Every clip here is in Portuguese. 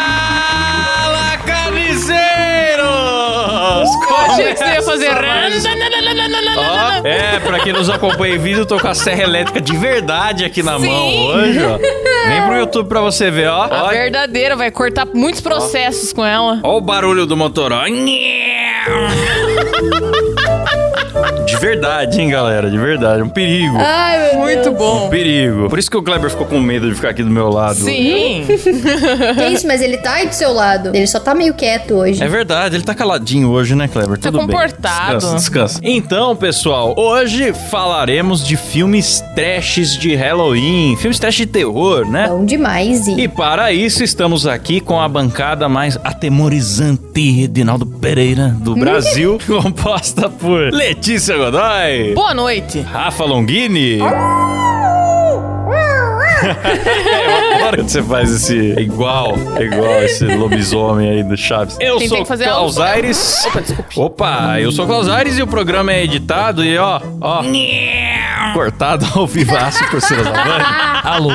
Fala, carniceiros! Uh, Achei que você ia fazer. Começa mais- um. Ó, é, pra quem nos acompanha em vídeo, eu tô com a serra elétrica de verdade aqui na Sim. Tá mão hoje, ó. Vem pro YouTube pra você ver, ó. A Ó, verdadeira vai cortar muitos processos com ela. ó o barulho do motor, ó. De verdade, hein, galera? De verdade. Um perigo. Ah. Ai, meu Muito Deus. Um bom. perigo. Por isso que o Kleber ficou com medo de ficar aqui do meu lado. Sim. Que isso, mas ele tá aí do seu lado. Ele só tá meio quieto hoje. É verdade, ele tá caladinho hoje, né, Kleber? Tá Tudo bem. comportado. Descansa, descansa. Então, pessoal, hoje falaremos de filmes trashes de Halloween, filmes trash de terror, né? Bom Então, demais, E e... para isso estamos aqui com a bancada mais atemorizante, Reginaldo Pereira, do Brasil, composta por Letícia Godoy, Boa noite. Rafa Longini. Eu adoro que você faz esse é igual, é igual esse lobisomem aí do Chaves. Eu Quem sou tem que fazer Klaus algo- Aires. Opa, desculpe. Opa, eu sou Klaus Aires e o programa é editado e ó, ó. cortado ao vivaço por Silas Alvani. Alô.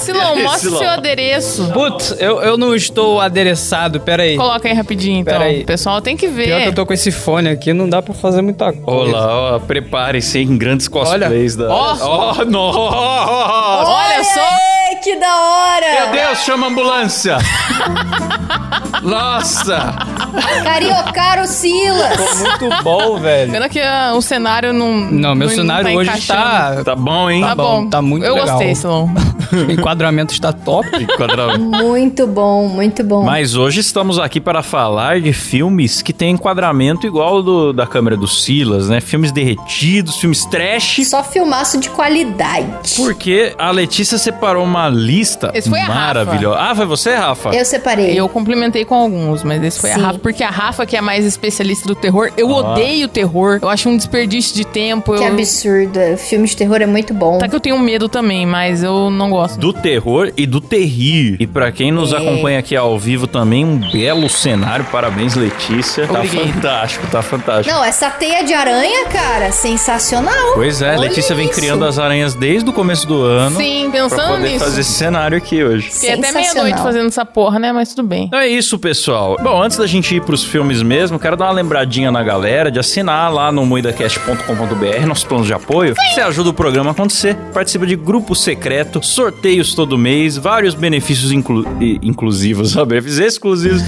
Silão, mostra Silão. seu adereço. Putz, eu, eu não estou adereçado, peraí. Coloca aí rapidinho, então. Pera aí. O pessoal tem que Pior que ver. eu tô com esse fone aqui, não dá pra fazer muita coisa. Olá, ó, prepare-se em grandes cosplays da. Ó. ó, nossa! Olha só. Ai, que da hora! Meu Deus, chama a ambulância! Nossa! Cariocaro Silas! Muito bom, velho. Pena que ah, o cenário não. Não, meu não- não cenário tá hoje encaixando. tá... Tá bom, hein? Tá bom. bom, tá muito Eu legal. gostei, Silão. O enquadramento está top. Enquadra- muito bom, muito bom. Mas hoje estamos aqui para falar de filmes que têm enquadramento igual ao do, da câmera do Silas, né? Filmes derretidos, filmes trash. Só filmaço de qualidade. Porque a Letícia separou uma lista Esse foi a Rafa. maravilhosa. Ah, foi você, Rafa? Eu separei. Eu complementei com alguns, mas esse foi Sim. a Rafa, porque a Rafa, que é mais especialista do terror, eu Ah. odeio terror. Eu acho um desperdício de tempo. Que eu... absurdo. O filme de terror é muito bom. Tá que eu tenho medo também, mas eu não gosto. Do terror e do terrir. E pra quem nos acompanha aqui ao vivo também, um belo cenário. Parabéns, Letícia. Tá Obrigado. fantástico, tá fantástico. Não, essa teia de aranha, cara, sensacional. Pois é, Olha Letícia vem isso. criando as aranhas desde o começo do ano. Sim, Pra pensando poder nisso. fazer esse cenário aqui hoje. Fiquei até meia-noite Sensacional. fazendo essa porra, né? Mas tudo bem. Então é isso, pessoal. Bom, antes da gente ir pros filmes mesmo, quero dar uma lembradinha na galera de assinar lá no moidacast.com.br, nosso plano de apoio. Você ajuda o programa a acontecer, participa de grupo secreto, sorteios todo mês, vários benefícios inclu e- inclusivos, ó, benefícios exclusivos,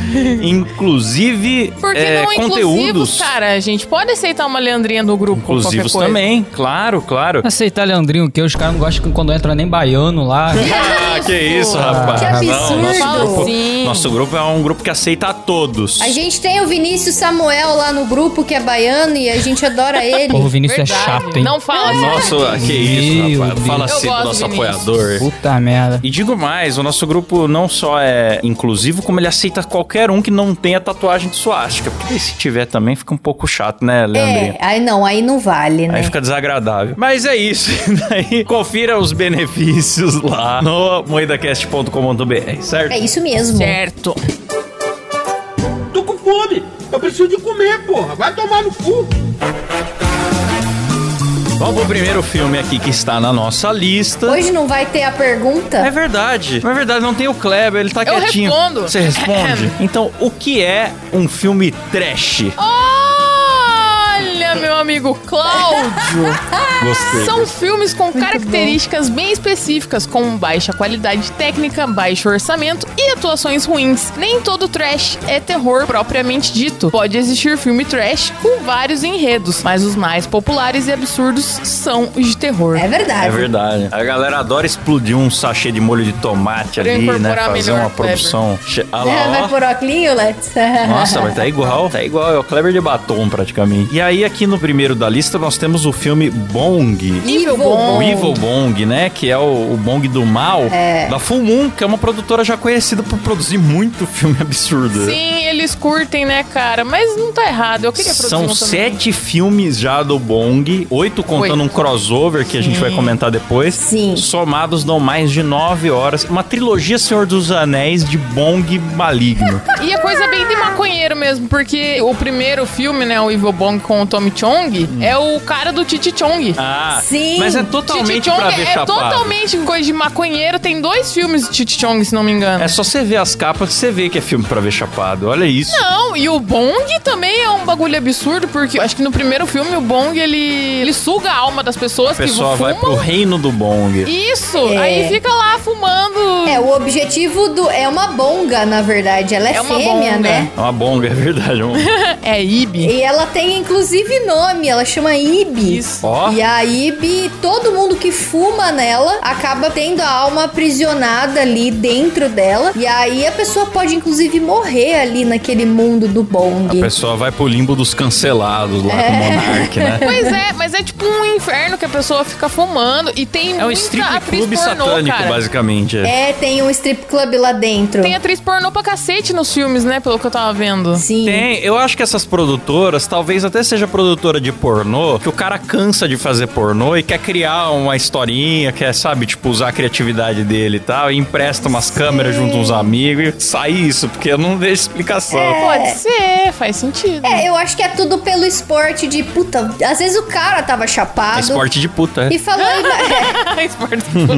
inclusive Por que é, não inclusivos, conteúdos. cara? A gente pode aceitar uma leandrinha no grupo. Inclusivos qualquer coisa. também, claro, claro. Aceitar Leandrinho, que os caras não gostam que quando entra nem baiano lá. Ah, que isso, rapaz. Que Não, absurdo. nosso, grupo, Sim. nosso grupo é um grupo que aceita a todos. A gente tem o Vinícius Samuel lá no grupo, que é baiano, e a gente adora ele. Porra, o Vinícius Verdade. é chato, hein? Não fala assim. Nossa, que isso, Meu rapaz. Deus. Fala Eu assim pro gosto nosso de apoiador. Puta merda. E digo mais, o nosso grupo não só é inclusivo, como ele aceita qualquer um que não tenha tatuagem de suástica. Porque se tiver também fica um pouco chato, né, Leandrinho? É, aí não, aí não vale, É, né? Aí fica desagradável. Mas é isso. Daí, confira os benefícios lá no moedacast.com.br, certo? É isso mesmo. Certo. Tô com fome. Eu preciso de comer, porra. Vai tomar no cu. Vamos pro primeiro filme aqui que está na nossa lista. Hoje não vai ter a É pergunta? verdade. É verdade, não tem o Kleber, ele tá Eu quietinho. respondo. Você responde? então, o que é um filme trash? Olha, meu amigo Cláudio. Gostei. São filmes com características bem específicas, com baixa qualidade técnica, baixo orçamento e atuações ruins. Nem todo trash é terror propriamente dito. Pode existir filme trash com vários enredos, mas os mais populares e absurdos são os de terror. É verdade. É verdade. A galera adora explodir um sachê de molho de tomate Pra ali, né? incorporar Fazer melhor, uma produção. Che... Ah É, lá, vai ó. por óculinho, Let's. Nossa, mas tá igual. Tá igual, é o Kleber de batom praticamente. E aí aqui aqui no primeiro da lista nós temos o filme Bong. Evil Evil Bong. O Bond. Evil Bong, né? Que é o, o Bong do mal, da Full Moon, que é uma produtora já conhecida por produzir muito filme absurdo. Sim, eles curtem, né, cara? Mas não tá errado. Eu queria produzir um São também. sete filmes já do Bong, oito contando Oito. um crossover que a gente vai comentar depois. Sim. Somados dão mais de nove horas. Uma trilogia Senhor dos Anéis de Bong maligno. E a coisa é bem de maconheiro mesmo, porque o primeiro filme, né, o Evil Bong com o Tommy Chong, Hum. é o cara do Titi Chong. Ah, Sim. mas é Titi totalmente Chong pra ver é chapado. totalmente coisa de maconheiro. Tem dois filmes de Titi Chong, se não me engano. É só você ver as capas que você vê que é filme pra ver chapado. Olha isso. Não, e o Bong também é um bagulho absurdo, porque eu acho que no primeiro filme o Bong ele, ele suga a alma das pessoas a que pessoa fumam. vai pro reino do Bong. Isso, É. aí fica lá fumando. É, o objetivo do. É uma bonga, na verdade. Ela é, É uma fêmea, bonga. né? É uma bonga, é verdade. é uma- É Ibi. E ela tem inclusive nome, ela chama Ibi. Isso. Ó. E a Ibi, todo mundo que fuma nela acaba tendo a alma aprisionada ali dentro dela. E aí a pessoa pode inclusive morrer ali naquele mundo do A Bong. pessoa vai pro limbo dos cancelados lá com o Monark, né? É. Pois é, mas é tipo um inferno que a pessoa fica fumando e tem É um muita strip atriz clube pornô, satânico, cara. basicamente. é. É, tem um strip club lá dentro. Tem atriz pornô pra cacete nos filmes, né? Pelo que eu tava vendo. Sim. Tem, eu acho que essas produtoras, talvez até seja produtora de pornô, que o cara cansa de fazer pornô e quer criar uma historinha, quer, sabe, tipo, usar a criatividade dele e tal, e empresta umas câmeras junto uns amigos e sai isso, porque eu não deixo explicação. Pode ser, faz sentido. É, eu acho que é tudo pelo esporte de puta. Às vezes o cara tava É chapado. Esporte de puta, é. E falou. É. Esporte-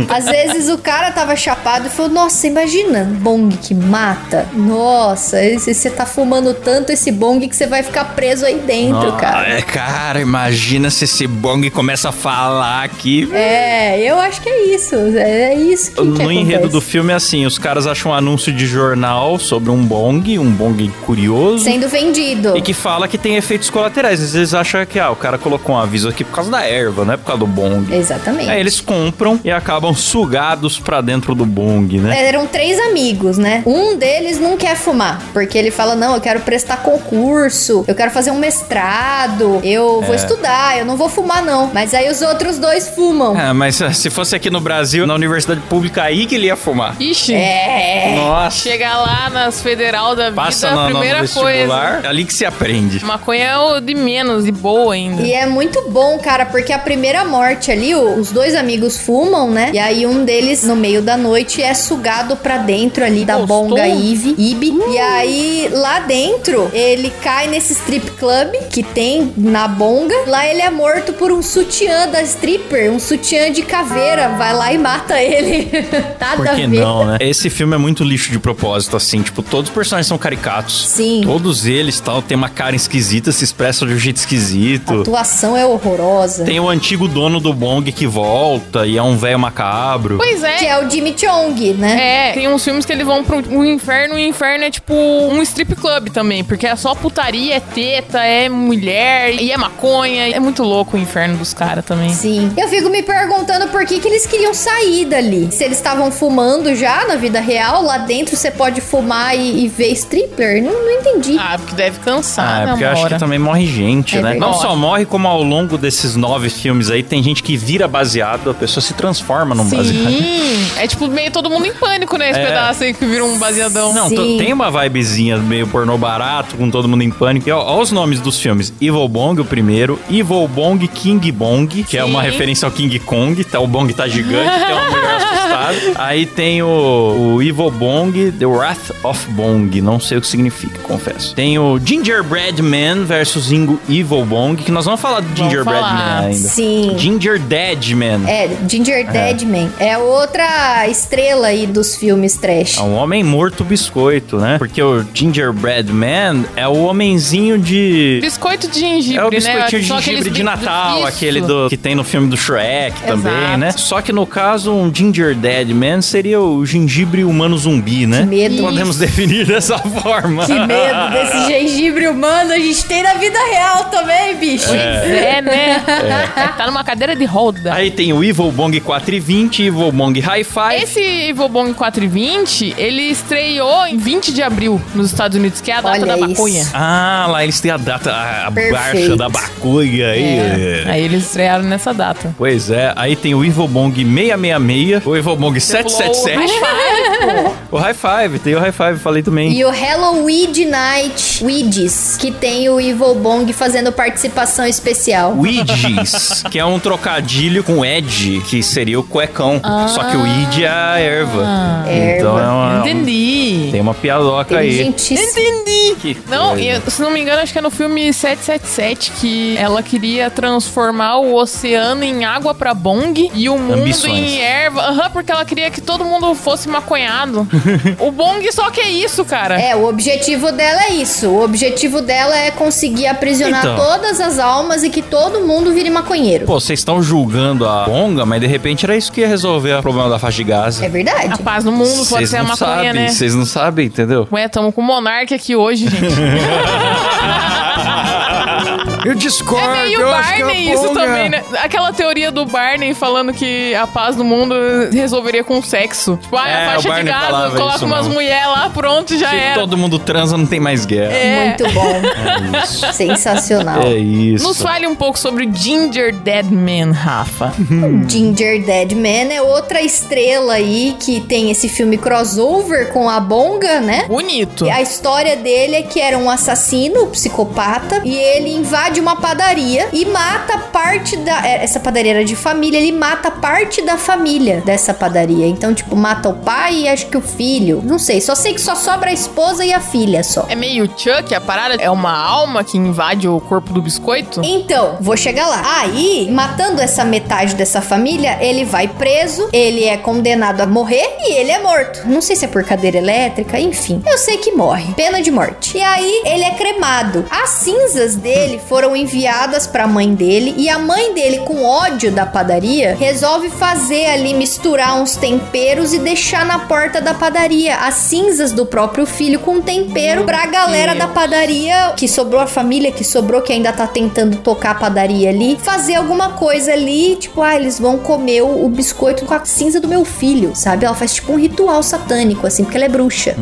Às vezes o cara tava chapado e falou: Nossa, imagina, bong que mata. Nossa, esse- você tá fumando tanto esse bong que você vai ficar preso aí dentro, Ah, cara. é, cara, imagina se esse bong começa a falar aqui. É, eu acho que é isso. É isso que, que No enredo do acontece. filme é assim, os caras acham um anúncio de jornal sobre um bong, um bong curioso. Sendo vendido. E que fala que tem efeitos colaterais. Às vezes acham que, ah, o cara colocou um aviso aqui por causa da erva, não é por causa do bong. Exatamente. Aí eles compram e acabam sugados pra dentro do bong, né? Eram três amigos, né? Um deles não quer fumar, porque ele fala: Não, eu quero prestar concurso, eu quero fazer um mestrado, eu vou estudar, eu não vou fumar, não. Mas aí os outros dois fumam. Ah, mas ah, se fosse aqui no Brasil, na universidade pública, aí que ele ia fumar. Ixi. É. Nossa, Chegar lá nas federal da vida, passa a na, no primeira vestibular, coisa. ali que se aprende. Maconha é o de menos, de boa ainda. E é muito bom, cara, porque a primeira morte ali, o- os dois amigos fumam, né? E aí um deles, no meio da noite, é sugado pra dentro ali da Gostou? Hum. bonga Ive, Ibe. E aí, lá dentro, ele cai nesse strip club que tem na bonga. Lá ele é morto por um sutiã da stripper, um sutiã de caveira. Vai lá e mata ele. Nada Por a que ver. não, né? Esse filme é muito lixo de propósito, assim. Tipo, todos os personagens são caricatos. Sim. Todos eles, tal, tem uma cara esquisita, se expressam de um jeito A esquisito. atuação é horrorosa. Tem o antigo dono do bong que volta e é um velho macabro. Pois Que é. é o Jimmy Chong, né? É, tem uns filmes que eles vão pro um inferno, e o inferno é tipo um strip club também, porque é só putaria, é teta, é mulher, e é maconha. É muito louco o inferno dos caras também. Sim. Eu fico me perguntando por que, que eles queriam sair dali. Se eles estavam fumando já na vida real, lá dentro você pode fumar e, e ver stripper? Não, não entendi. Ah, porque deve Ah, cansar, é né, porque eu uma acho que hora. também morre gente, É né? verdade. Não só morre, como ao longo desses nove filmes aí, tem gente que vira baseado, a pessoa se transforma num é um baseado. Sim, é tipo meio todo mundo em pânico, né? Esse É. pedaço aí que vira um baseadão. Não, to- Sim. tem uma vibezinha meio pornô barato, com todo mundo em pânico. E ó, ó os nomes dos filmes. Evil Bong, o primeiro. Evil Bong, King Bong, que é uma Sim. referência ao King Kong. Tá, o Bong tá gigante, tem uma mulher assustada. Aí tem o, o Evil Bong, The Wrath of Bong. Não sei o que significa, confesso. Tem o Gingerbread Man versus Ingo Evil Bong, que nós vamos falar do Gingerbread falar. Man ainda. Sim. Ginger Dead Man. É, Ginger Deadman. É outra estrela aí dos filmes trash. É um homem morto biscoito, né? Porque o Gingerbread Man é o homenzinho de. Biscoito de gengibre, É o né? biscoitinho de Só aqueles gengibre de bis- Natal, Isso. aquele do que tem no filme do Shrek também, Exato. né? Só que no caso, um Ginger Dead Man seria o gengibre humano zumbi, né? Que medo. Podemos definir dessa forma. Que medo desse gengibre humano a gente tem na vida real também, bicho. É, né? Tá numa cadeira de roda. Aí tem o Evil Bong 420, Evil Bong Hi-Fi. Esse Evobong 420, ele estreou em 20 de abril nos Estados Unidos, que é a data Olha da isso. maconha. Ah, lá eles têm a data, a, a Perfeito. baixa da bacuia aí. Aí eles estrearam nessa data. Pois é, aí tem o Evil Bong 666, o Evil Bong 777, o High Five, tem o High Five, falei também. E o Halloween Night Weeds, que tem o Evil Bong fazendo participação especial. Ouija's, que é um trocadilho com Ed, que seria o cuecão. Ah. Só que o Id é a erva. Então é uma, Entendi. tem uma piadoca aí. Inteligentíssimo. Entendi. Que Não, coisa. e, se não me engano, acho que é no filme 777 que ela queria transformar o oceano em água pra Bong e o mundo Ambições. em erva. Aham, porque ela queria que todo mundo fosse maconhado. o Bong só quer isso, cara. É, o objetivo dela é isso. O objetivo dela é conseguir aprisionar Então. todas as almas e que todo mundo vire maconheiro. Pô, vocês estão julgando a Bonga, mas de repente era isso que ia resolver o problema da faixa de gás. É A verdade. paz no mundo pode Vocês ser a não maconha, sabem, né? vocês não sabem, entendeu? Ué, tamo com o Monark aqui hoje, gente. Eu discordo, É meio Barney isso também, né? Aquela teoria do Barney falando que a paz do mundo resolveria com sexo. Tipo, ah, É, a o faixa de Barney gado, falava coloca isso umas mesmo. mulheres lá, pronto, já Se era. todo mundo transa, não tem mais guerra. É. Muito bom. Sensacional. É isso. Nos fale um pouco sobre o Ginger Deadman, Rafa. Hum. Ginger Dead Man é outra estrela aí que tem esse filme crossover com a Bonga, né? Bonito. E A história dele é que era um assassino, um psicopata, e ele invade uma padaria e mata parte da. é, Essa padaria era de família, ele mata parte da família dessa padaria. Então, tipo, mata o pai e acho que o filho. Não sei, só sei que só sobra a esposa e a filha só. É meio Chuck, a parada é uma alma que invade o corpo do biscoito? Então, vou chegar lá. Aí, matando essa metade dessa família, ele vai preso, ele é condenado a morrer e ele é morto. Não sei se é por cadeira elétrica, enfim. Eu sei que morre. Pena de morte. E aí, ele é cremado. As cinzas dele foram enviadas pra mãe dele e a mãe dele, com ódio da padaria, resolve fazer ali, misturar uns temperos e deixar na porta da padaria as cinzas do próprio filho com tempero pra galera da padaria que sobrou, a família que sobrou, que ainda tá tentando tocar a padaria ali, fazer alguma coisa ali, tipo, ah, eles vão comer o, o biscoito com a cinza do meu filho, sabe? Ela faz tipo um ritual satânico, assim, porque ela é bruxa.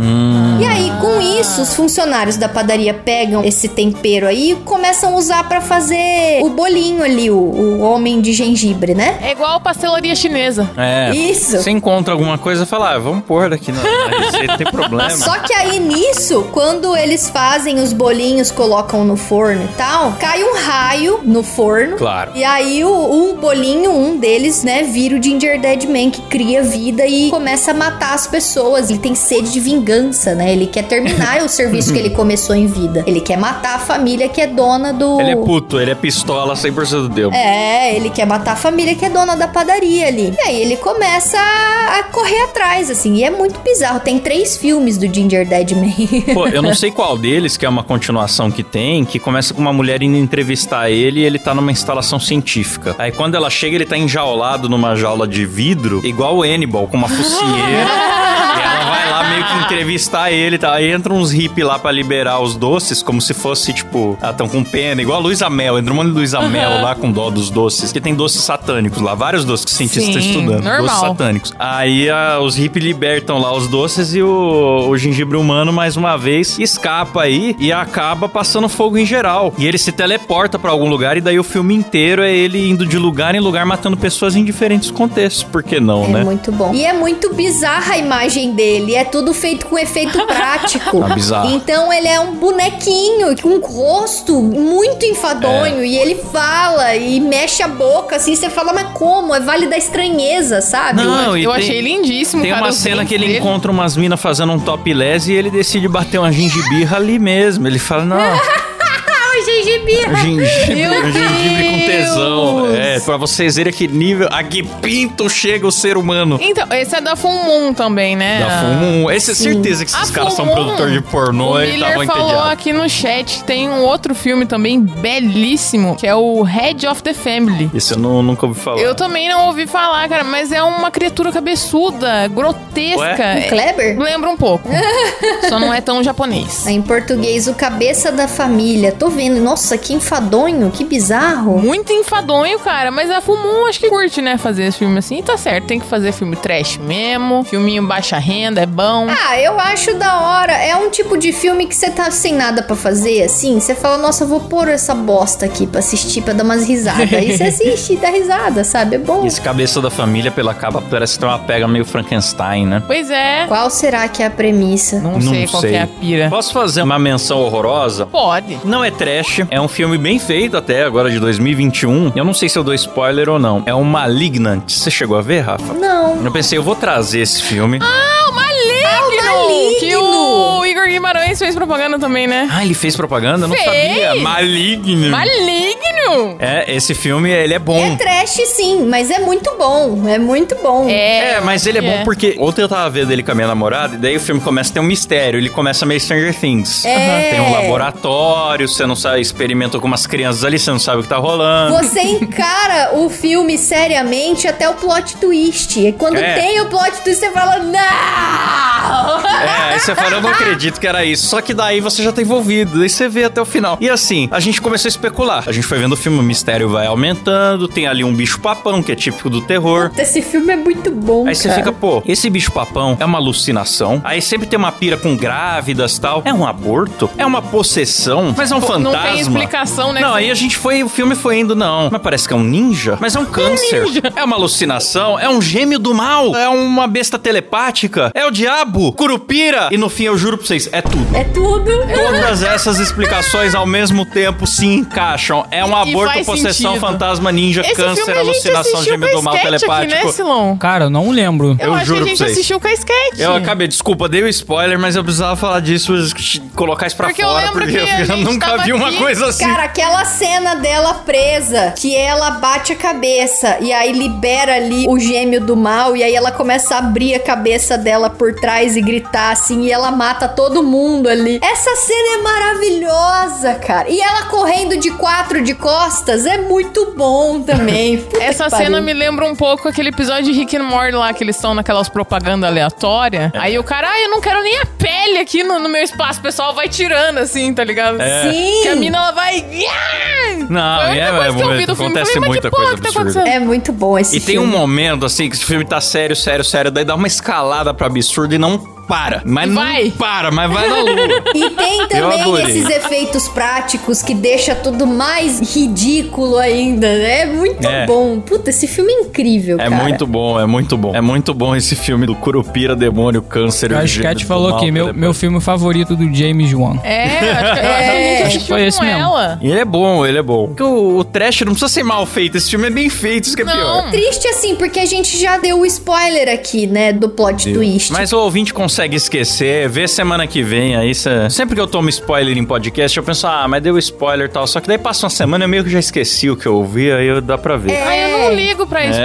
E aí, com isso, os funcionários da padaria pegam esse tempero aí e começam a usar pra fazer o bolinho ali, o, o homem de gengibre, né? É igual a pastelaria chinesa. É. Isso. Você encontra alguma coisa, fala, ah, vamos pôr daqui na, na receita, tem problema. Só que aí nisso, quando eles fazem os bolinhos, colocam no forno e tal, cai um raio no forno. Claro. E aí o, o bolinho, um deles, né, vira o Ginger Dead Man, que cria vida e começa a matar as pessoas. Ele tem sede de vingança, né? Ele quer terminar o serviço que ele começou em vida. Ele quer matar a família que é dona do... Ele é puto, ele é pistola 100% do tempo. É, ele quer matar a família que é dona da padaria ali. E aí ele começa a a correr atrás, assim. E é muito bizarro. Tem três filmes do Ginger Dead Man. Pô, eu não sei qual deles, que é uma continuação que tem, que começa com uma mulher indo entrevistar ele e ele tá numa instalação científica. Aí quando ela chega, ele tá enjaulado numa jaula de vidro, igual o Hannibal, com uma focinheira. E ela vai lá meio que entrevistar ele, tá? Aí entra uns hippies lá pra liberar os doces, como se fosse, tipo, ah, tão com pena, igual a Luísa Mel. Entra um monte de Luísa Mel lá com dó dos doces, que tem doces satânicos lá, vários doces que cientistas estão Sim, estudando. normal. Doces satânicos. Aí ah, os hippies libertam lá os doces e o, o gengibre humano, mais uma vez, escapa aí e acaba passando fogo em geral. E ele se teleporta pra algum lugar e daí o filme inteiro é ele indo de lugar em lugar matando pessoas em diferentes contextos. Por que não, É né? muito bom. E é muito bizarra a imagem dele. É tudo feito com efeito prático. Tá bizarro. Então ele é um bonequinho com um rosto muito É. enfadonho. E ele fala e mexe a boca assim. Você fala, mas como? É vale da estranheza, sabe? Não, e eu tem- achei lindíssimo, Tem cara. uma os cena dentes que ele dele. encontra umas minas fazendo um topless e ele decide bater uma gengibirra ali mesmo. Ele fala, não, Ai, gengibre. Gengibre, Meu gengibre com Deus! tesão. É, pra vocês verem a que nível, a que pinto chega o ser humano. Então, esse é da Fumum também, né? Da Fumum. Esse é certeza que esses A caras são Fumum, produtor de pornô Ah, o e Miller estavam falou entediados. aqui no chat, tem um outro filme também belíssimo, que é o Head of the Family. Isso eu nu- nunca ouvi falar. Eu também não ouvi falar, cara, mas é uma criatura cabeçuda, grotesca. Ué? É- Kleber? Lembra um pouco. Só não é tão japonês. Em português, o cabeça da família. Tô vendo. Nossa, que enfadonho, que bizarro. Muito enfadonho, cara, mas a Fumum acho que curte, né, fazer esse filme assim. E tá certo, tem que fazer filme trash mesmo, filminho baixa renda, é bom. Ah, eu acho da hora. É um tipo de filme que você tá sem nada pra fazer, assim. Você fala, nossa, eu vou pôr essa bosta aqui pra assistir, pra dar umas risadas. Aí você assiste e dá risada, sabe? É bom. E Esse cabeça da família, pela capa, parece ter uma pega meio Frankenstein, né? Pois é, Qual será que é a premissa? não, sei qual que é a pira. Posso fazer uma menção horrorosa? Pode. Não é trash, é um filme bem feito até agora de 2021. Eu não sei se eu dou spoiler ou não. É o Malignant. Você chegou a ver, Rafa? Não. Eu pensei, eu vou trazer esse filme. Ah, o Maligno! Maligno! Que o Igor Guimarães fez propaganda também, né? Ah, ele fez propaganda? Eu não Fez! sabia. Maligno. Maligno! É, esse filme, ele é É bom. trash, sim, mas é muito bom. É muito bom. É, mas ele é, é. bom porque ontem eu tava vendo ele com a minha namorada e daí o filme começa a ter um mistério, ele começa meio Stranger Things. É. Tem um laboratório, você não sabe, experimenta com umas crianças ali, você não sabe o que tá rolando. Você encara o filme seriamente até o plot twist. E Quando É. tem o plot twist, você fala, não! É, aí você fala, eu não acredito que era isso. Só que daí você já tá envolvido, daí você vê até o final. E assim, a gente começou a especular. A gente foi vendo o filme, o mistério vai aumentando, tem ali um bicho papão, que é típico do terror. Esse filme é muito bom, Aí você cara. fica, pô, esse bicho papão é uma alucinação. Aí sempre tem uma pira com grávidas e tal. É um aborto? É uma possessão? Mas é um Pô, não fantasma? tem explicação, né? Não, aí a gente foi, o filme foi indo, não. Mas parece que é um ninja. Mas é um câncer. É uma alucinação. É um gêmeo do mal. É uma besta telepática. É o diabo. Curupira. E no fim, eu juro pra vocês, é tudo. É tudo. Todas essas explicações ao mesmo tempo se encaixam. É um E- e aborto, faz possessão, sentido. fantasma, ninja, Esse câncer, filme a gente alucinação, assistiu gêmeo com do mal, a Sketch telepático. aqui, né, Silon? Cara, eu não lembro. Eu, Eu acho juro que a gente pra vocês. assistiu com a Sketch. Eu acabei, desculpa, dei o spoiler, mas eu precisava falar disso, colocar isso pra Porque eu fora, lembro porque que eu, a gente nunca tava vi uma aqui. coisa assim. Cara, aquela cena dela presa, que ela bate a cabeça e aí libera ali o gêmeo do mal e aí ela começa a abrir a cabeça dela por trás e gritar assim e ela mata todo mundo ali. Essa cena é maravilhosa, cara. E ela correndo de quatro de costas é muito bom também. Puta Essa que cena pariu. me lembra um pouco aquele episódio de Rick and Morty lá, que eles estão naquelas propaganda É. aleatória. Aí o cara, ah, eu não quero nem a pele aqui no, no meu espaço pessoal, vai tirando assim, tá ligado? É. Sim. Que a mina, ela vai... "Ah!" Não, Foi a única é, coisa que eu é, vi do filme. acontece Falei, mas muita que porra coisa que tá absurda. acontecendo? É muito bom esse E tem um filme. momento, assim, que esse filme tá sério, sério, sério, daí dá uma escalada pra absurdo e não para. Mas E vai. não para, mas vai na lua. E tem também adorei. esses efeitos práticos que deixa tudo mais ridículo ainda, né? É muito É. bom. Puta, esse filme é incrível, É cara. muito bom, é muito bom. É muito bom esse filme do Curupira, Demônio, Câncer. Gênero A Sketch do falou Mal, né, aqui, meu, Telepático. meu filme favorito do James Wan. É, acho que- eu acho que a gente assistiu Foi esse com mesmo. ela. E Ele é bom, ele é bom. Porque o, o trash não precisa ser mal feito, esse filme é bem feito, isso que é Não. pior. Triste assim, porque a gente já deu o spoiler aqui, né? Do plot twist. Mas o ouvinte consegue esquecer, vê semana que vem aí. cê- Sempre que eu tomo spoiler em podcast, eu penso, ah, mas deu spoiler e tal. Só que daí passa uma semana, eu meio que já esqueci o que eu ouvi, aí eu- dá pra ver. É. Ah, eu não ligo pra É.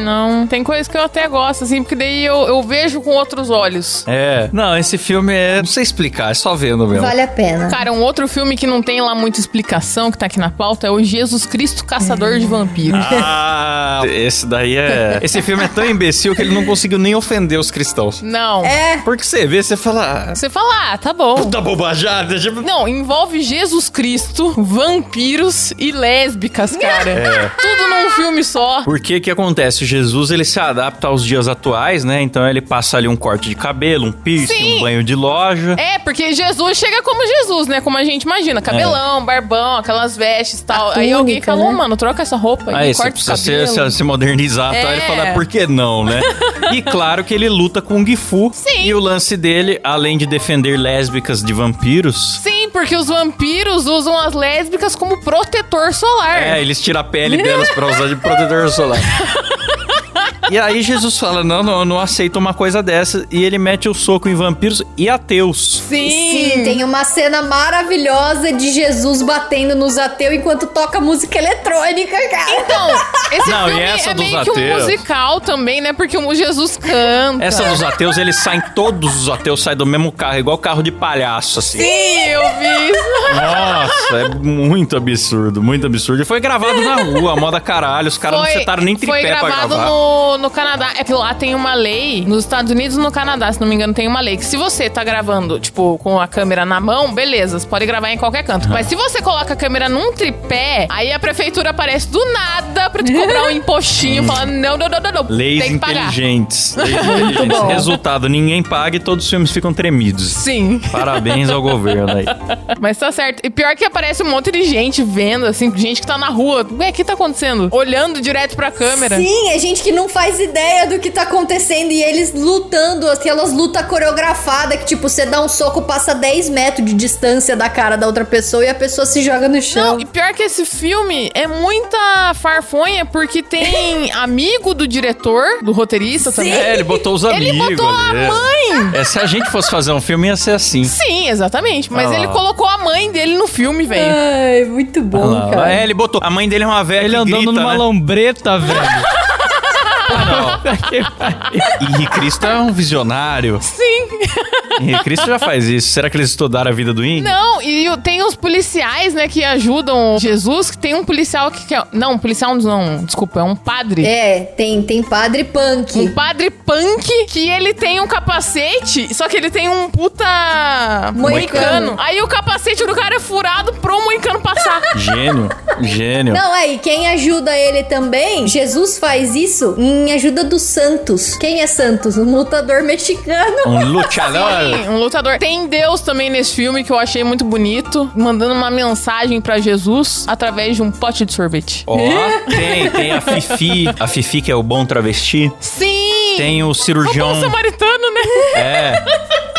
não. Tem coisa que eu até gosto, assim, porque daí eu, eu vejo com outros olhos. É. Não, esse filme é. Não sei explicar, é só vendo mesmo. Vale a pena. Cara, um outro filme que não tem lá muita explicação, que tá aqui na pauta, é o Jesus Cristo Caçador de Vampiros. Ah, esse daí é. Esse filme é tão imbecil que ele não conseguiu nem ofender os cristãos. Não. É. Porque você vê, você fala. "Ah, Você fala, ah, tá bom. Puta bobajada. tipo, Não, envolve Jesus Cristo, vampiros e lésbicas, cara. Tudo num filme só. Porque que acontece? Jesus, ele se adapta aos dias atuais, né? Então ele passa ali um corte de cabelo, um piercing, Sim. um banho de loja. É, porque Jesus chega como Jesus, né? Como a gente imagina. Cabelão, barbão, aquelas vestes e tal. A Aí alguém túnica, falou, né? mano, troca essa roupa Aí e você corta o Ah, precisa cabelo. se, se, se modernizar, tá? É. Ele fala, por que não, né? e claro que ele luta com o Gifu. Sim. E o lance dele, além de defender lésbicas de vampiros, Sim, porque os vampiros usam as lésbicas como protetor solar. É, eles tiram a pele delas pra usar de protetor solar. E aí Jesus fala: não, não, eu não aceito uma coisa dessa. E ele mete o soco em vampiros e ateus. Sim. Sim, tem uma cena maravilhosa de Jesus batendo nos ateus enquanto toca música eletrônica, cara. Então, esse Não, e filme essa é dos meio que um ateus? musical também, né? Porque o Jesus canta. Essa dos ateus, eles saem, todos os ateus saem do mesmo carro, igual carro de palhaço, assim. Sim, eu vi isso. Nossa, é muito absurdo, muito absurdo. E foi gravado na rua, moda caralho. Os caras não Foi- setaram nem tripé Foi pra gravado gravar. No, no Canadá. É que lá tem uma lei, nos Estados Unidos e no Canadá, se não me engano, tem uma lei que se você tá gravando, tipo, com a câmera na mão, beleza, você pode gravar em qualquer canto. Mas se você coloca a câmera num tripé, aí a prefeitura aparece do nada pra te cobrar um impostinho, falando, não, não, não, não, não, Hum. Leis tem que pagar. inteligentes. Leis inteligentes. bom. Resultado, ninguém paga e todos os filmes ficam tremidos. Sim, Parabéns ao governo aí. mas tá certo. E pior que aparece um monte de gente vendo, assim, gente que tá na rua. Ué, o que tá acontecendo? Olhando direto pra câmera. Sim, é gente que não faz ideia do que tá acontecendo e eles lutando, assim, aquelas lutas coreografadas que, tipo, você dá um soco, passa 10 metros de distância da cara da outra pessoa e a pessoa se joga no chão. Não, e pior que esse filme é muita farfonha, porque tem amigo do diretor, do roteirista também. É, ele botou os Ele amigos botou a ali. mãe! É, se a gente fosse fazer um filme, ia ser assim. Sim, exatamente. Mas Ah lá. ele colocou a mãe dele no filme, velho. Ai, muito bom, Ah, cara. é, ele botou. A mãe dele é uma velha Ele que andando grita, numa né? lambreta, velho. E Cristo é um visionário. Sim. E Cristo já faz isso. Será que eles estudaram a vida do índio? Não, e o- tem os policiais, né, que ajudam Jesus, que tem um policial que quer... Não, um policial não, desculpa, é um padre. É, tem, tem padre punk. Um padre punk que ele tem um capacete, só que ele tem um puta Moicano. Aí o capacete do cara é furado pro moicano passar. Gênio, gênio. Não, aí, quem ajuda ele também, Jesus faz isso em ajuda dos santos. Quem é Santos? Um lutador mexicano. Um luchador. Sim, um lutador. Tem Deus também nesse filme que eu achei muito bonito, mandando uma mensagem pra Jesus através de um pote de sorvete. Ó, tem, tem a Fifi, a Fifi que é o bom travesti. Sim! Tem o É o cirurgião. bom samaritano, né? É.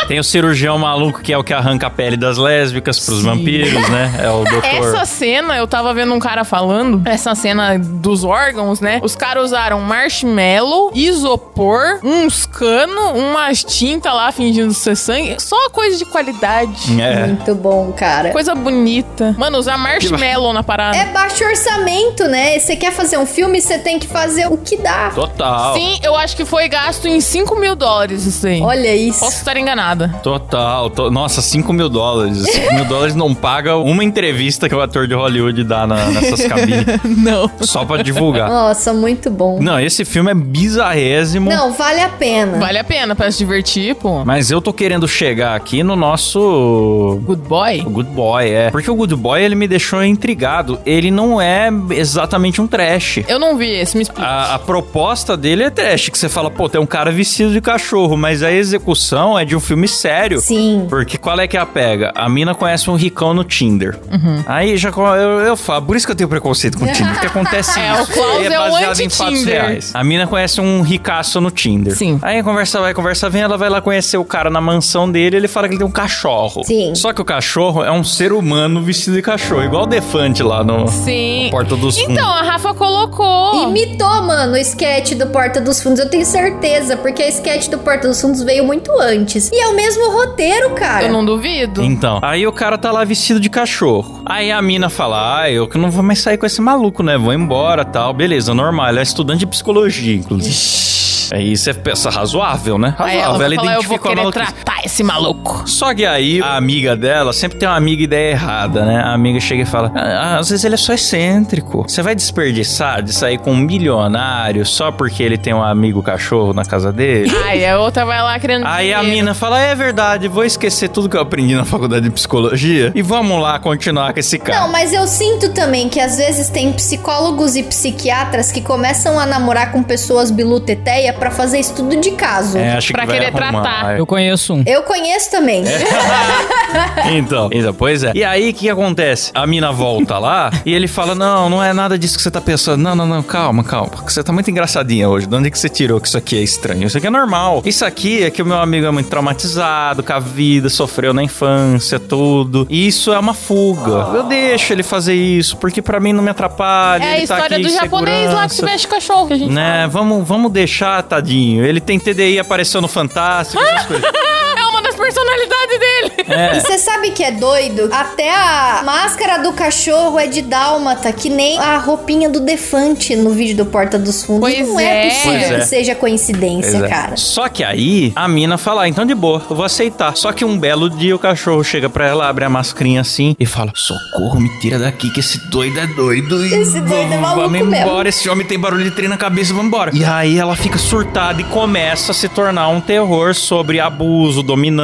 Tem o cirurgião maluco que é o que arranca a pele das lésbicas pros vampiros, né? É o doutor. Essa cena, eu tava vendo um cara falando, essa cena dos órgãos, né? Os caras usaram marshmallow, isopor, uns cano, umas tinta lá fingindo ser sangue. Só coisa de qualidade. É. Muito bom, cara. Coisa bonita. Mano, usar marshmallow na parada. É baixo orçamento, né? Você quer fazer um filme, você tem que fazer o que dá. Total. Sim, eu acho que foi gasto em 5 mil dólares isso aí. Olha isso. Posso estar enganada. Total. to- Nossa, 5 mil dólares. 5 mil dólares não paga uma entrevista que o ator de Hollywood dá na- nessas cabines. Não. Só pra divulgar. Nossa, muito bom. Não, esse filme é bizarrésimo. Não, vale a pena. Vale a pena pra se divertir, pô. Mas eu tô querendo chegar aqui no nosso. Good boy. O Good Boy, é. Porque o Good Boy, ele me deixou intrigado. Ele não é exatamente um trash. Eu não vi esse, me explica. A, a proposta dele é trash, que você fala, pô, tem um cara vestido de cachorro, mas a execução é de um filme sério. Sim. Porque qual é que é a pega? A mina conhece um ricão no Tinder. Uhum. Aí já co- eu, eu falo, por isso que eu tenho preconceito com o Tinder, porque acontece É, isso. o Klaus E é o baseado em fatos anti-Tinder. reais. A mina conhece um ricaço no Tinder. Sim. Aí a conversa vai, a conversa vem, ela vai lá conhecer o cara na mansão dele, ele fala que ele tem um cachorro. Sim. Só que o cachorro é um ser humano vestido de cachorro, igual o Defante lá no, Sim. no Ah, Porta dos Fundos. Então, a Rafa colocou. Imitou, mano, o sketch do Porta dos Fundos, eu tenho certeza, porque a sketch do Porta dos Fundos veio muito antes. E é o mesmo roteiro, cara. Eu não duvido. Então, aí o cara tá lá vestido de cachorro. Aí a mina fala: Ah, eu que não vou mais sair com esse maluco, né? Vou embora tal. Beleza, normal. Ela é estudante de psicologia, inclusive. É, Aí você pensa razoável, né? Aí ela Razoável. vai falar, eu vou identificou a querer maluquice. tratar esse maluco. Só que aí a amiga dela sempre tem uma amiga ideia errada, né? A amiga chega e fala: "Ah, às vezes ele é só excêntrico. Você vai desperdiçar de sair com um milionário só porque ele tem um amigo cachorro na casa dele? Aí a outra vai lá querendo. Aí a dinheiro. mina fala: É verdade, vou esquecer tudo que eu aprendi na faculdade de psicologia e vamos lá continuar com esse cara. Não, mas eu sinto também que às vezes tem psicólogos e psiquiatras que começam a namorar com pessoas biluteteia pra fazer estudo de caso. É, acho Pra que vai querer arrumar. tratar. Eu conheço um. Eu conheço também. É. Então, então, pois é. E aí, o que, que acontece? A mina volta lá e ele fala: Não, não é nada disso que você tá pensando. Não, não, não, calma, calma. Você tá muito engraçadinha hoje. De onde é que você tirou que isso aqui é estranho? Isso aqui é normal. Isso aqui é que o meu amigo é muito traumatizado, com a vida, sofreu na infância, tudo. E isso é uma fuga. Eu deixo ele fazer isso, porque pra mim não me atrapalha. Ah. É a ele tá história aqui do em japonês lá que se segurança." mexe cachorro. Que a gente Né, vamos, vamos deixar, tadinho. Ele tem TDI apareceu no Fantástico, Ah! essas coisas. fala. É uma das personalidades dele. É. E você sabe que é doido? Até a máscara do cachorro é de dálmata, que nem a roupinha do Defante no vídeo do Porta dos Fundos. Pois Não é, é. possível Pois que é. seja coincidência, Pois é. cara. Só que aí a mina fala, "Ah, então de boa, eu vou aceitar. Só que um belo dia o cachorro chega pra ela, abre a mascrinha assim e fala: Socorro, me tira daqui que esse doido é doido. e Esse doido é vamos- maluco Vamos mesmo." embora, esse homem tem barulho de trem na cabeça, vamos embora. E aí ela fica surtada e começa a se tornar um terror sobre abuso, dominância,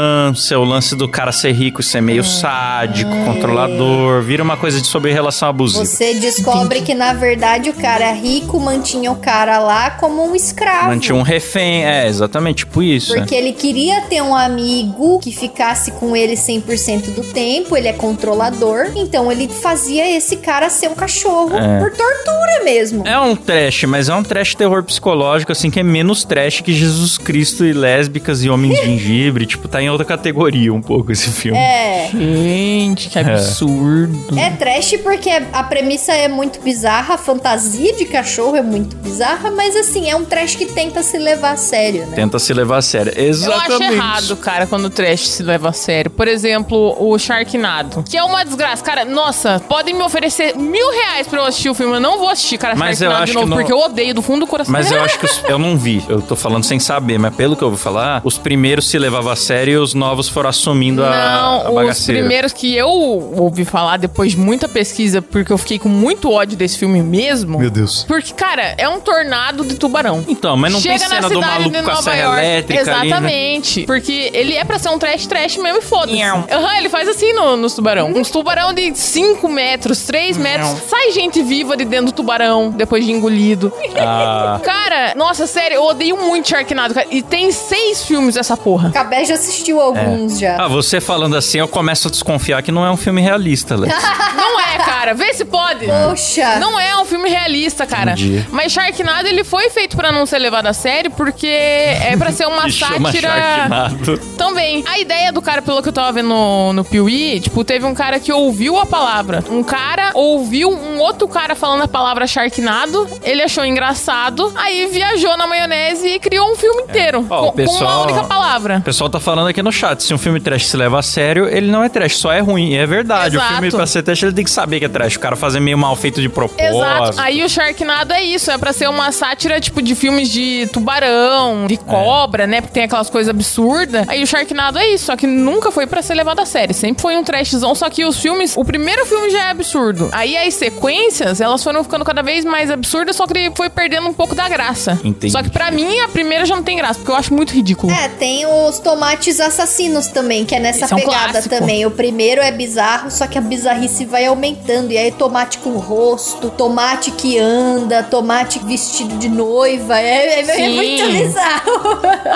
o lance do cara ser rico e ser meio sádico, controlador. Vira uma coisa de sobre relação abusiva. Você descobre que, na verdade, o cara é rico mantinha o cara lá como um escravo. Mantinha um refém, é, exatamente, tipo isso. né? Porque ele queria ter um amigo que ficasse com ele 100% do tempo, ele é controlador, então ele fazia esse cara ser um cachorro É. por tortura mesmo. É um trash, mas é um trash terror psicológico, assim, que é menos trash que Jesus Cristo e lésbicas e homens de gengibre. Tipo, tá em outra categoria um pouco esse filme. É. Gente, É. que absurdo. É trash porque a premissa é muito bizarra, a fantasia de cachorro é muito bizarra, mas assim, é um trash que tenta se levar a sério, né? Tenta se levar a sério. Eu acho Exatamente. errado, cara, quando o trash se leva a sério. Por exemplo, o Sharknado, que é uma desgraça. Cara, nossa, podem me oferecer mil reais pra eu assistir o filme. Eu não vou assistir, cara, Mas eu Sharknado acho de novo, que não- porque eu odeio do fundo do coração. Mas eu acho que os- eu não vi. Eu tô falando sem saber, mas pelo que eu vou falar, os primeiros se levavam a sério e os novos foram assumindo a, a Não, os bagaceira. primeiros que eu ouvi falar depois de muita pesquisa, porque eu fiquei com muito ódio desse filme mesmo. Meu Deus. Porque, cara, é um tornado de tubarão. Então, mas não tem cena do maluco com a serra elétrica ali, né? Exatamente. Porque ele é pra ser um trash trash mesmo e foda-se. Aham, ele faz assim no, nos tubarão. Uns tubarão de 5 metros, 3 metros. Sai gente viva de dentro do tubarão, depois de engolido. Ah. Cara, nossa, sério, eu odeio muito Sharknado, cara. E tem seis filmes dessa porra. Cabé já assistiu alguns já. Ah, você falando assim, eu começo a desconfiar que não é um filme realista, Lex. Não é, cara. Vê se pode. Poxa! Não é um filme realista, cara. Entendi. Mas Sharknado, ele foi feito pra não ser levado a sério, porque é pra ser uma Que chama sátira... Sharknado. Também. A ideia do cara, pelo que eu tava vendo no, no Piuí, tipo, teve um cara que ouviu a palavra. Um cara ouviu um outro cara falando a palavra Sharknado, ele achou engraçado, aí viajou na maionese e criou um filme inteiro. É. Ó, com, o pessoal- com uma única palavra. O pessoal tá falando aqui no chat, se um filme trash se leva a sério, ele não é trash, só é ruim. E é verdade, Exato. o filme pra ser trash, ele tem que saber que é trash. O cara fazer meio mal feito de propósito. Exato. Aí o Sharknado é isso, é pra ser uma sátira, tipo, de filmes de tubarão, É. de cobra, né? Porque tem aquelas coisas absurdas. Aí o Sharknado é isso, só que nunca foi pra ser levado a sério. Sempre foi um trashzão, só que os filmes... O primeiro filme já é absurdo. Aí as sequências, elas foram ficando cada vez mais absurdas, só que foi perdendo um pouco da graça. Entendi. Só que pra mim, a primeira já não tem graça, porque eu acho muito ridículo. É, tem os tomates assassinos também, que é nessa Esse é um pegada clássico. também. O primeiro é bizarro, só que a bizarrice vai aumentando. E aí, tomate com rosto, tomate que anda, tomate vestido de noiva. É, é- é Sim. muito bizarro.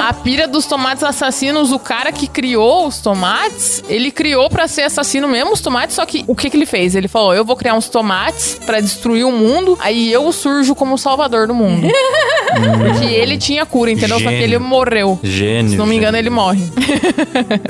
A pira dos tomates assassinos, o cara que criou os tomates, ele criou pra ser assassino mesmo os tomates, só que o que que ele fez? Ele falou: "Eu vou criar uns tomates pra destruir o mundo, aí eu surjo como o salvador do mundo". Porque ele tinha cura, entendeu? Só que Gênio. ele morreu. Gênio. Se não me engano, ele gênio. morre.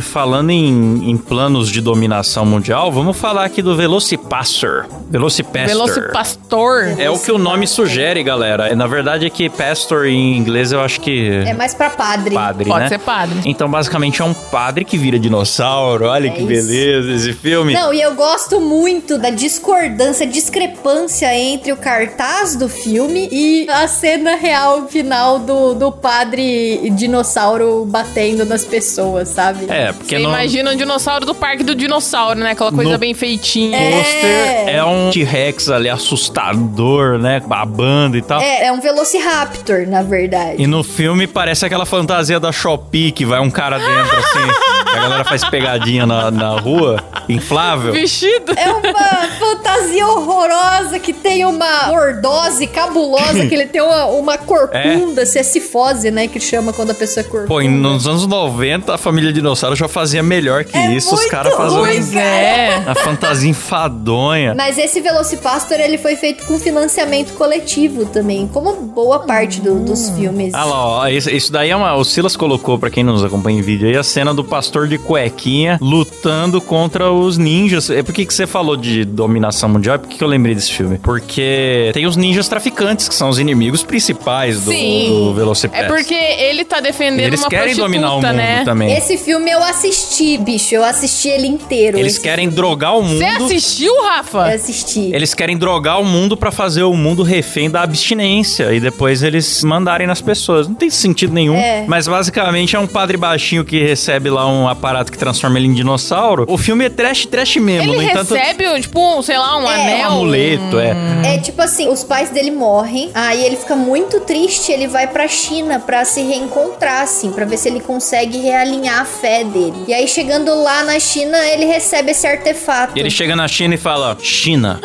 Falando em, em planos de dominação mundial, vamos falar aqui do Velocipaster. Velocipaster. Velocipastor. É o que o nome sugere, galera. Na verdade é que pastor em inglês eu acho que É mais pra padre. padre, Pode né? ser padre. Então, basicamente, é um padre que vira dinossauro. Olha que É isso. beleza esse filme. Não, e eu gosto muito da discordância, discrepância entre o cartaz do filme e a cena real final do, do padre dinossauro batendo nas pessoas, sabe? É, porque Você não. imagina um dinossauro do parque do dinossauro, né? Aquela coisa No- bem feitinha. pôster é um T-Rex ali assustador, né? Babando e tal. É, é um Velociraptor, na verdade. E no filme parece aquela fantasia da Shopee que vai um cara dentro assim. a galera faz pegadinha na, na rua, inflável. Vestido. É uma fantasia horrorosa que tem uma lordose cabulosa, que ele tem uma, uma cor corcunda, se é cifose, né? Que chama quando a pessoa é corcunda. Pô, e nos anos 90, a família dinossauro já fazia melhor que É isso. Os muito caras ruim. faziam Pois é. a fantasia enfadonha. Mas esse Velocipastor, ele foi feito com financiamento coletivo também, como boa parte do- dos filmes. Ah lá, ó, isso, isso daí é uma. O Silas colocou, pra quem nos acompanha em vídeo aí, a cena do pastor de cuequinha lutando contra os ninjas. É por que que você falou de dominação mundial? É por que que eu lembrei desse filme? Porque tem os ninjas traficantes, que são os inimigos principais do, Sim. do Velocipede. É porque ele tá defendendo eles uma querem prostituta, dominar o mundo né? também. Esse é filme eu assisti, bicho. Eu assisti ele inteiro. Eles Esse- querem drogar o mundo. Você assistiu, Rafa? Eu assisti. Eles querem drogar o mundo pra fazer o mundo refém da abstinência e depois eles mandarem nas pessoas. Não tem sentido nenhum. É. Mas basicamente é um padre baixinho que recebe lá um aparato que transforma ele em dinossauro. O filme é trash, trash mesmo. Ele no entanto, recebe, tipo, um, sei lá, um é um anel. amuleto, é. É tipo assim, os pais dele morrem, aí ele fica muito triste, ele vai pra China pra se reencontrar, assim, pra ver se ele consegue realinhar a fé dele. E aí, chegando lá na China, ele recebe esse artefato. E ele chega na China e fala: China.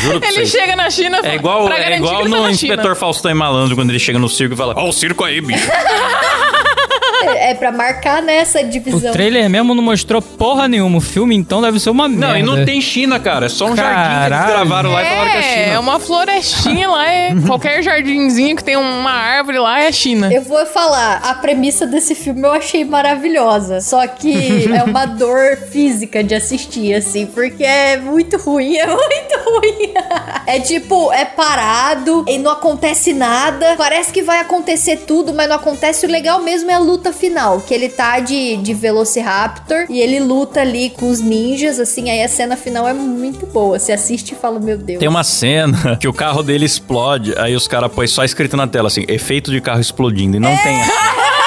Juro pra Ele vocês. chega na China É igual, pra é garantir igual que ele tá no na China. inspetor Faustão e Malandro quando ele chega no circo e fala: Ó, o circo aí, bicho. É, é pra marcar nessa O divisão. trailer mesmo não mostrou porra nenhuma. O filme, então, deve ser uma merda. não, e não tem China, cara. É só um jardim que eles Caralho. gravaram lá e falaram que é China. É, é uma florestinha lá, é qualquer jardinzinho que tem uma árvore lá é China. né? Eu vou falar, a premissa desse filme eu achei maravilhosa. Só que é uma dor física de assistir, assim, porque é muito ruim, é muito ruim. É tipo, é parado e não acontece nada. Parece que vai acontecer tudo, mas não acontece. O legal mesmo é a luta final, que ele tá de, de Velociraptor e ele luta ali com os ninjas, assim, aí a cena final é muito boa. Você assiste e fala, meu Deus. Tem uma cena que o carro dele explode, aí os caras põem só escrito na tela assim, efeito de carro explodindo, e não tem. É. assim.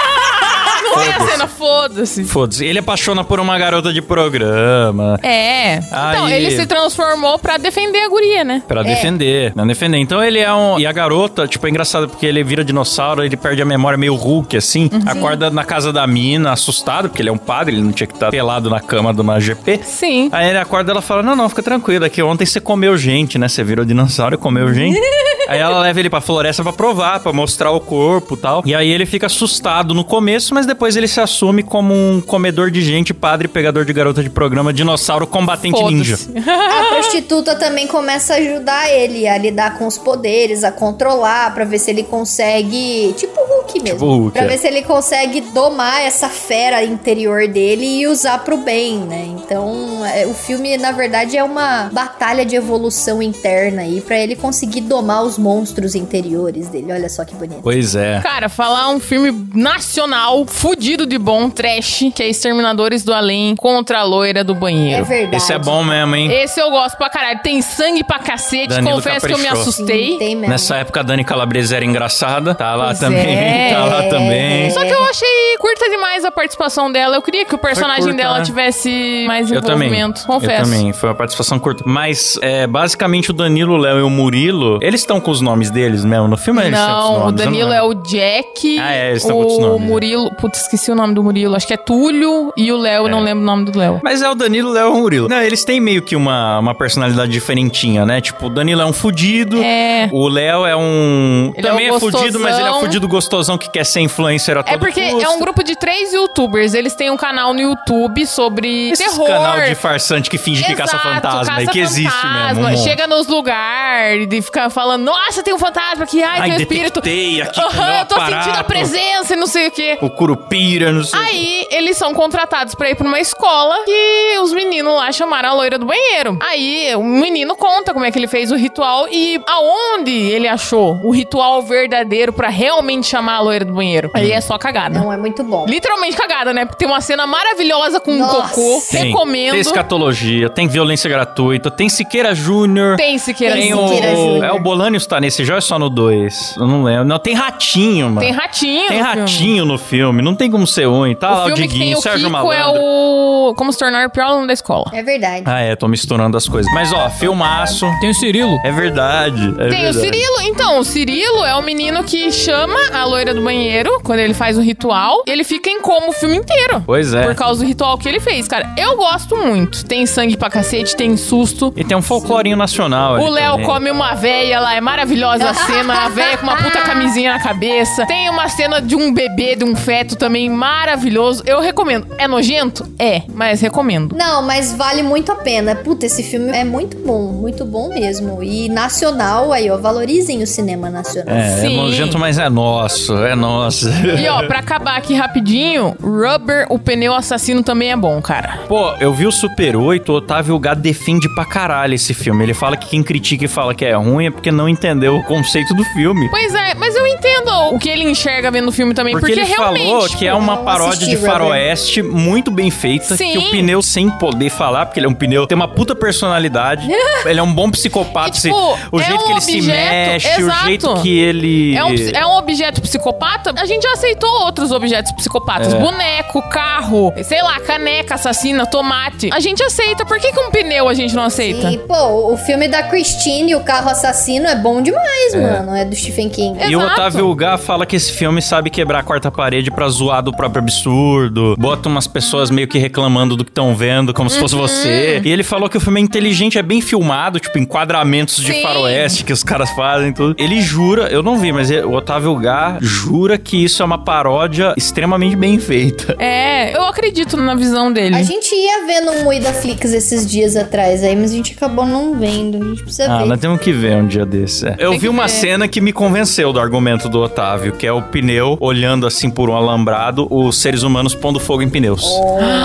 Não é a cena, foda-se. Foda-se. Ele apaixona por uma garota de programa. É. Então, Aí. ele se transformou pra defender a guria, né? Pra defender, não defender. Então ele é um. E a garota, tipo, é engraçado porque ele vira dinossauro, ele perde a memória meio Hulk, assim. Uhum. Acorda na casa da mina, assustado, porque ele é um padre, ele não tinha que estar pelado na cama de uma GP. Sim. Aí ele acorda ela fala: Não, não, fica tranquila, que ontem você comeu gente, né? Você virou dinossauro e comeu gente. aí ela leva ele pra floresta pra provar, pra mostrar o corpo e tal. E aí ele fica assustado no começo, mas depois ele se assume como um comedor de gente, padre, pegador de garota de programa, dinossauro combatente ninja. Foda-se. Ah! A prostituta também começa a ajudar ele a lidar com os poderes, a controlar, pra ver se ele consegue. Tipo o Hulk mesmo. Tipo o Hulk, pra é. ver se ele consegue domar essa fera interior dele e usar pro bem, né? Então, é, o filme, na verdade, é uma batalha de evolução interna aí pra ele conseguir domar os monstros interiores dele. Olha só que bonito. Pois é. Cara, falar um filme nacional, fudido de bom, trash, que é Exterminadores do Além contra a loira do É banheiro. verdade. Esse é bom mesmo, hein? Esse eu gosto pra caralho. Tem sangue pra cacete. Danilo Confesso que eu me caprichou. Sim, assustei. tem mesmo. Nessa época a Dani Calabresa era engraçada. Tá lá Pois também. é. Tá lá também. Só que eu achei curta demais a participação dela. Eu queria que o personagem curta, dela né? tivesse mais Eu também. envolvimento. Confesso. Eu também. Foi uma participação curta. Mas, é, basicamente, o Danilo, o Léo e o Murilo, eles estão com os nomes deles mesmo no filme? Eles têm outros Não, o nomes, eu não Danilo é lembro. o Jack. Ah, é, eles estão com outros o nomes, né? Murilo. Putz, esqueci o nome do Murilo. Acho que é Túlio. E o Léo, É. eu não lembro o nome do Léo. Mas é o Danilo, o Léo e o Murilo. Não, eles têm meio que uma, uma personalidade diferentinha, né? Tipo, o Danilo é um fudido. É. O Léo é um. Ele é também um é, fudido, mas ele é gostosão. fudido gostosão que quer ser influencer a todo É porque custo. é um grupo de três youtubers. Eles têm um canal no YouTube sobre Esse terror. canal de farsante que finge que caça fantasma e que existe mesmo. um monte. Chega nos lugares e fica falando: Nossa, tem um fantasma aqui, ai, Ai, tem um espírito. detectei aqui com Aham, meu eu tô sentindo a aparato." presença e não sei o quê. O Curupira, não sei. o quê. Aí eles são contratados pra ir pra uma escola e os meninos lá chamaram a loira do banheiro. Aí o menino conta como é que ele fez o ritual e aonde ele achou o ritual verdadeiro pra realmente chamar a loira do banheiro. Hum. Aí é só cagada. Não, é muito bom. Literalmente cagada, né? Porque tem uma cena maravilhosa com um Nossa. cocô. Tem, Recomendo. Tem escatologia, tem violência gratuita, tem Siqueira Júnior. Tem Siqueira Tem Júnior. o, Siqueira Júnior. é o Bolanios tá nesse já ou é só no 2? Eu não lembro. Não, tem Ratinho, mano. Tem ratinho. Tem no filme. ratinho no filme, não tem como ser ruim. Tá lá O o filme que tem Diguinho, o Sérgio Kiko é Malandro. o Como se tornar o pior aluno da escola. É verdade. Ah, é, tô misturando as coisas. Mas ó, filmaço. Tem o Cirilo. É verdade. é Tem o verdade. Cirilo. Então, o Cirilo é o menino que chama a loira loira do banheiro, quando ele faz o ritual, ele fica em coma o filme inteiro. Pois é. Por causa do ritual que ele fez, cara. Eu gosto muito. Tem sangue pra cacete, tem susto. E tem um folclorinho nacional ali O Léo também. come uma véia lá, é maravilhosa a cena. A véia com uma puta camisinha na cabeça. Tem uma cena de um bebê, de um feto também maravilhoso. Eu recomendo. É nojento? É, mas recomendo. Não, mas vale muito a pena. Puta, esse filme é muito bom, muito bom mesmo. E nacional aí, ó, valorizem o cinema nacional. É, é Sim. nojento, mas é nosso, é nosso. E ó, pra acabar aqui rapidinho, Rubber, o pneu assassino também é bom, cara. Pô, eu vi o Super 8, o Otávio Gado defende pra caralho esse filme. Ele fala que quem critica e fala que é ruim é porque não entendeu o conceito do filme. Pois é, mas eu entendo o que ele enxerga vendo o filme também, Porque, porque, ele realmente. tipo, falou que é uma eu paródia assisti, de Robert. faroeste muito bem feita, Sim. que o pneu sem poder falar, porque ele é um pneu, tem uma puta personalidade, ele é um bom psicopata, E, tipo, assim, o é jeito um que ele se objeto, mexe, exato. o jeito que ele... É um, é um objeto psicopata? A gente já aceitou outros objetos psicopatas. É. Boneco, carro, sei lá, caneca, assassina, tomate. A gente aceita. Por que, que um pneu a gente não aceita? E, pô, o filme da Christine, O Carro Assassino, é bom demais, mano. É do Stephen King. E o Exato. Otávio Gá fala que esse filme sabe quebrar a quarta parede pra zoar do próprio absurdo. Bota umas pessoas meio que reclamando do que estão vendo, como se fosse Uhum. você. E ele falou que o filme é inteligente, é bem filmado, tipo, enquadramentos de Sim. faroeste que os caras fazem e tudo. Ele jura, eu não vi, mas ele- o Otávio Gá jura que isso é uma paródia extremamente bem feita. É, eu acredito na visão dele. A gente ia vendo um Muida Flix esses dias atrás aí, mas a gente acabou não vendo. A gente precisa Ah, ver. nós temos que ver um dia desse. é. Eu Tem vi que uma ver. cena que me convenceu do argumento do Otávio, que é o pneu olhando assim por um alambrado, os seres humanos pondo fogo em pneus.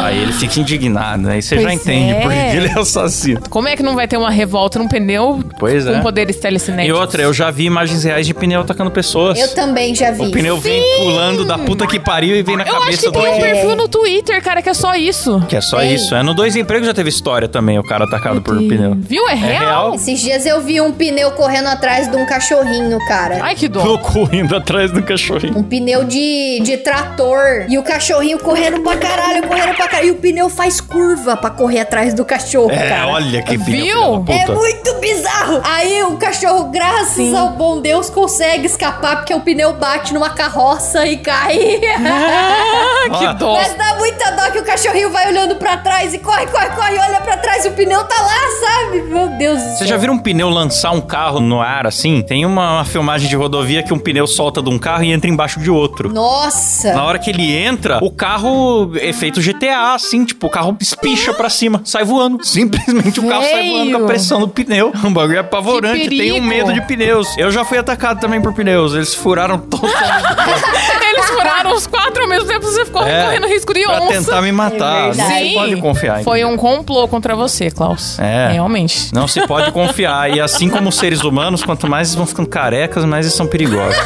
Aí ele fica indignado, né? Aí você já Oh. Pois entende é. porque ele é assassino. Como é que não vai ter uma revolta num pneu Pois com é. poderes E telecinéticos? outra, eu já vi imagens reais de pneu atacando pessoas. Eu também já vi. O pneu vem pulando da puta que pariu e vem na Eu acho cabeça que do tem um outro. perfil no Twitter, cara, que é só isso. Que é só Tem. isso. É no Dois Empregos já teve história também, o cara atacado por um pneu. Viu? É real. Esses dias eu vi um pneu correndo atrás de um cachorrinho, cara. Ai, que dó. Louco indo atrás do cachorrinho. Um pneu de, de trator. E o cachorrinho correndo pra caralho, correndo pra caralho. E o pneu faz curva pra correr atrás do cachorro, É, cara. olha que pneu. Viu? filha da puta. É muito bizarro. Aí o cachorro, graças ao bom Deus, consegue escapar porque o pneu bate numa carroça e cai. Ah, que Ó. dó. Mas dá muita dó que o cachorrinho vai olhando pra trás e corre, corre, corre, olha pra trás e o pneu tá lá, sabe? Meu Deus do Vocês céu. já viram um pneu lançar um carro no ar assim? Tem uma, uma filmagem de rodovia que um pneu solta de um carro e entra embaixo de outro. Nossa! Na hora que ele entra, o carro é feito GTA, assim, tipo, o carro espicha pra cima, sai voando. Simplesmente o carro sai voando com Feio. a pressão do pneu. Um bagulho apavorante, Que tenho perigo. medo de pneus. Eu já fui atacado também por pneus, eles furaram totalmente Eles furaram os quatro ao mesmo tempo, você ficou É, Tá correndo risco de pra onça. tentar me matar. É Não verdade. se pode confiar. em Foi um complô contra você, Klaus. É. Realmente. Não se pode confiar. E assim como os seres humanos, quanto mais eles vão ficando carecas, mais eles são perigosos.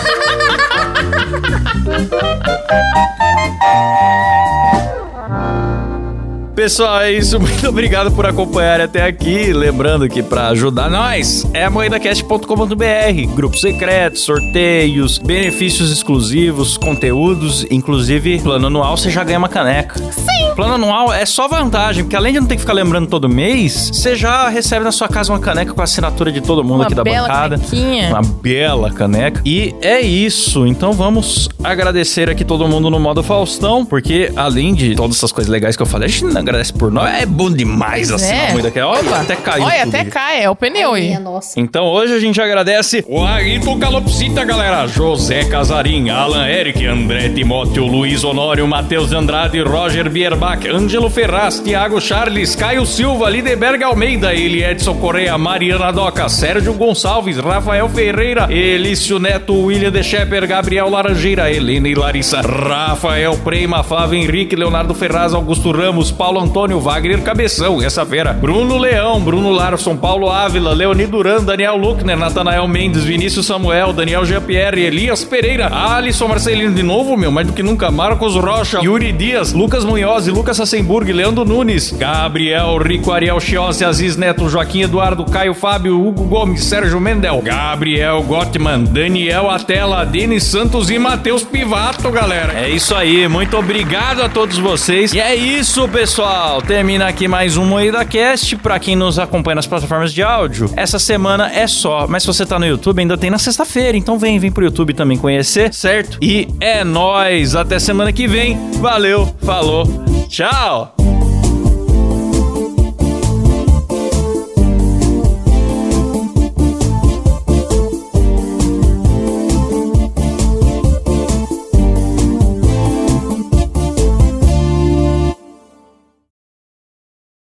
Pessoal, é isso. Muito obrigado por acompanhar até aqui. Lembrando que para ajudar nós é moedacast.com.br, grupo secreto, sorteios, benefícios exclusivos, conteúdos, inclusive plano anual, você já ganha uma caneca. Sim. Plano anual é só vantagem, porque além de não ter que ficar lembrando todo mês, você já recebe na sua casa uma caneca com a assinatura de todo mundo Uma aqui da bela bancada. canequinha. Uma bela caneca. E é isso. Então vamos agradecer aqui todo mundo no modo Faustão, porque além de todas essas coisas legais que eu falei, a gente não agradece por nós. É bom demais Pois assinar é. muito aqui. Olha, até caiu. Olha, tudo até aqui. cai, é o pneu aí. Minha nossa. Então hoje a gente agradece o Aguito Calopsita, galera. José Casarim, Alan Eric, André Timóteo, Luiz Honório, Matheus Andrade, Roger Bierbach, Ângelo Ferraz, Thiago Charles, Caio Silva, Lideberg Almeida, Eli Edson Correia, Mariana Doca, Sérgio Gonçalves, Rafael Ferreira, Elício Neto, William De Shepper, Gabriel Laranjeira, Helena e Larissa, Rafael Prema, Flávio Henrique, Leonardo Ferraz, Augusto Ramos, Paulo Antônio, Wagner Cabeção, essa fera, Bruno Leão, Bruno Larson, Paulo Ávila, Leoni Duran, Daniel Luckner, Natanael Mendes, Vinícius Samuel, Daniel Jean-Pierre, Elias Pereira, Alisson Marcelino de novo, meu, mais do que nunca, Marcos Rocha, Yuri Dias, Lucas Munhoz, Lucas Sassenburg, Leandro Nunes, Gabriel Rico, Ariel Chiosi, Aziz Neto, Joaquim Eduardo, Caio Fábio, Hugo Gomes, Sérgio Mendel, Gabriel Gottman, Daniel Atela, Denis Santos e Matheus Pivato, galera. É isso aí, muito obrigado a todos vocês. E é isso, pessoal. pessoal, termina aqui mais um Moída Cast. Pra quem nos acompanha nas plataformas de áudio, essa semana é só. Mas se você tá no YouTube, ainda tem na sexta-feira. Então vem, vem pro YouTube também conhecer, certo? E é nóis. Até semana que vem. Valeu, falou, tchau!